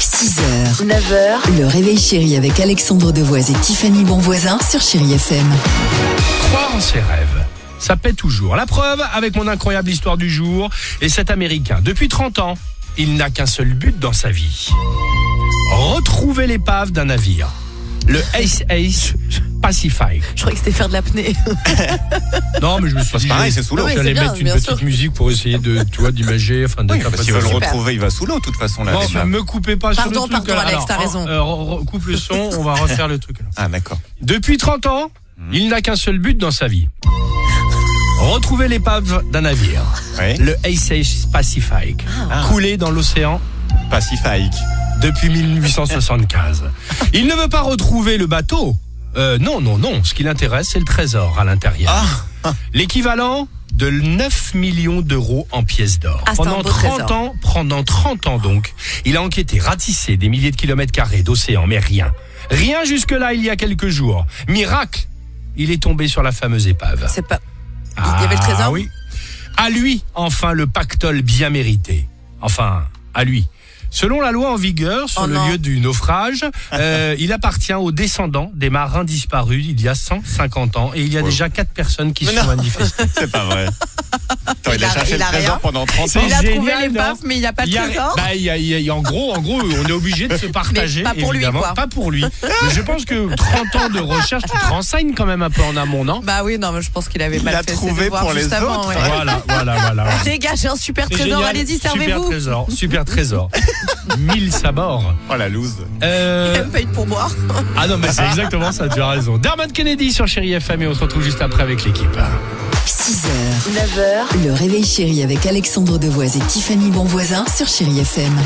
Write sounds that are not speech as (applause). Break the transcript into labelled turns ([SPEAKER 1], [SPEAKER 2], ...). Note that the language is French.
[SPEAKER 1] 6h, 9h, le réveil chéri avec Alexandre Devoise et Tiffany Bonvoisin sur Chéri FM.
[SPEAKER 2] Croire en ses rêves, ça paie toujours. La preuve avec mon incroyable histoire du jour et cet Américain. Depuis 30 ans, il n'a qu'un seul but dans sa vie. Retrouver l'épave d'un navire. Le Ace Ace Pacifier.
[SPEAKER 3] Je croyais que c'était faire de l'apnée. (laughs)
[SPEAKER 2] Non, mais je me suis dit,
[SPEAKER 4] pareil,
[SPEAKER 2] je-
[SPEAKER 4] c'est sous
[SPEAKER 2] je
[SPEAKER 4] l'eau.
[SPEAKER 3] Ouais,
[SPEAKER 2] vais
[SPEAKER 3] c'est bien,
[SPEAKER 2] mettre une
[SPEAKER 3] bien
[SPEAKER 2] petite
[SPEAKER 3] sûr.
[SPEAKER 2] musique pour essayer de, tu vois, d'imager, enfin, d'être un peu
[SPEAKER 4] Parce qu'ils veulent
[SPEAKER 2] plus-
[SPEAKER 4] le retrouver, il va sous l'eau, de toute façon, là.
[SPEAKER 2] Bon,
[SPEAKER 4] les maps.
[SPEAKER 2] me coupez pas sur le
[SPEAKER 3] Pardon,
[SPEAKER 2] truc.
[SPEAKER 3] pardon, Alex,
[SPEAKER 2] Alors,
[SPEAKER 3] t'as
[SPEAKER 2] hein,
[SPEAKER 3] raison.
[SPEAKER 2] euh, re- re- coupe le son, on va refaire le truc. alors.
[SPEAKER 4] Ah, d'accord.
[SPEAKER 2] Depuis 30 ans, il n'a qu'un seul but dans sa vie. Retrouver l'épave d'un navire.
[SPEAKER 4] Ouais.
[SPEAKER 2] Le Ace Pacific. Coulé dans l'océan
[SPEAKER 4] Pacifique.
[SPEAKER 2] depuis 1875. Il ne veut pas retrouver le bateau. Euh, non, non, non. Ce qui l'intéresse, c'est le trésor à l'intérieur. L'équivalent de 9 millions d'euros en pièces d'or.
[SPEAKER 3] Ah, c'est un
[SPEAKER 2] pendant
[SPEAKER 3] beau
[SPEAKER 2] 30
[SPEAKER 3] trésor.
[SPEAKER 2] ans, pendant 30 ans donc, il a enquêté, ratissé des milliers de kilomètres carrés d'océan, mais rien. Rien jusque-là il y a quelques jours. Miracle, il est tombé sur la fameuse épave.
[SPEAKER 3] C'est pas. Il y avait le trésor
[SPEAKER 2] Ah oui. À lui, enfin, le pactole bien mérité. Enfin, à lui. Selon la loi en vigueur sur
[SPEAKER 3] Oh
[SPEAKER 2] le
[SPEAKER 3] non.
[SPEAKER 2] lieu du
[SPEAKER 3] (laughs)
[SPEAKER 2] naufrage, euh, il appartient aux descendants des marins disparus il y a 150 ans et il y a déjà quatre personnes qui sont manifestées.
[SPEAKER 4] C'est pas vrai. Attends, il,
[SPEAKER 3] Il
[SPEAKER 4] a,
[SPEAKER 3] a-
[SPEAKER 4] cherché
[SPEAKER 3] il
[SPEAKER 4] le
[SPEAKER 3] a
[SPEAKER 4] trésor
[SPEAKER 3] rien.
[SPEAKER 4] pendant 30 ans.
[SPEAKER 2] C'est
[SPEAKER 3] (laughs) Il a
[SPEAKER 2] génial,
[SPEAKER 3] trouvé les
[SPEAKER 2] non
[SPEAKER 3] baffes, mais il n'y a pas de
[SPEAKER 2] Il y a-
[SPEAKER 3] trésor.
[SPEAKER 2] bah, il y a- il y a- il y a- en gros, en gros, on est obligé
[SPEAKER 3] (laughs)
[SPEAKER 2] de se partager.
[SPEAKER 3] pas pour lui,
[SPEAKER 2] évidemment.
[SPEAKER 3] quoi.
[SPEAKER 2] Pas pour lui. Mais je pense que 30 ans de recherche, tu te renseignes quand même un peu en amont, non
[SPEAKER 3] Bah oui, non, mais je pense qu'il avait
[SPEAKER 4] Il
[SPEAKER 3] mal
[SPEAKER 4] l'a
[SPEAKER 3] fait ses
[SPEAKER 4] trouvé
[SPEAKER 3] devoirs
[SPEAKER 4] pour les
[SPEAKER 3] juste avant,
[SPEAKER 4] autres.
[SPEAKER 3] ouais.
[SPEAKER 2] Voilà, voilà, voilà.
[SPEAKER 3] Dégagez un super
[SPEAKER 2] C'est
[SPEAKER 3] trésor,
[SPEAKER 2] génial.
[SPEAKER 3] allez-y,
[SPEAKER 2] Super
[SPEAKER 3] servez-vous.
[SPEAKER 2] trésor,
[SPEAKER 3] (laughs)
[SPEAKER 2] super trésor. 1000 sabords.
[SPEAKER 4] Oh, la loose.
[SPEAKER 3] Il a (laughs)
[SPEAKER 2] Euh,
[SPEAKER 3] même pas eu de pourboire.
[SPEAKER 2] Ah non, mais c'est exactement ça, tu as raison. Dermot Kennedy sur Chéri FM et on se retrouve juste après avec l'équipe.
[SPEAKER 1] 6h, 9h, le réveil chéri avec Alexandre Devoise et Tiffany Bonvoisin sur Chéri FM.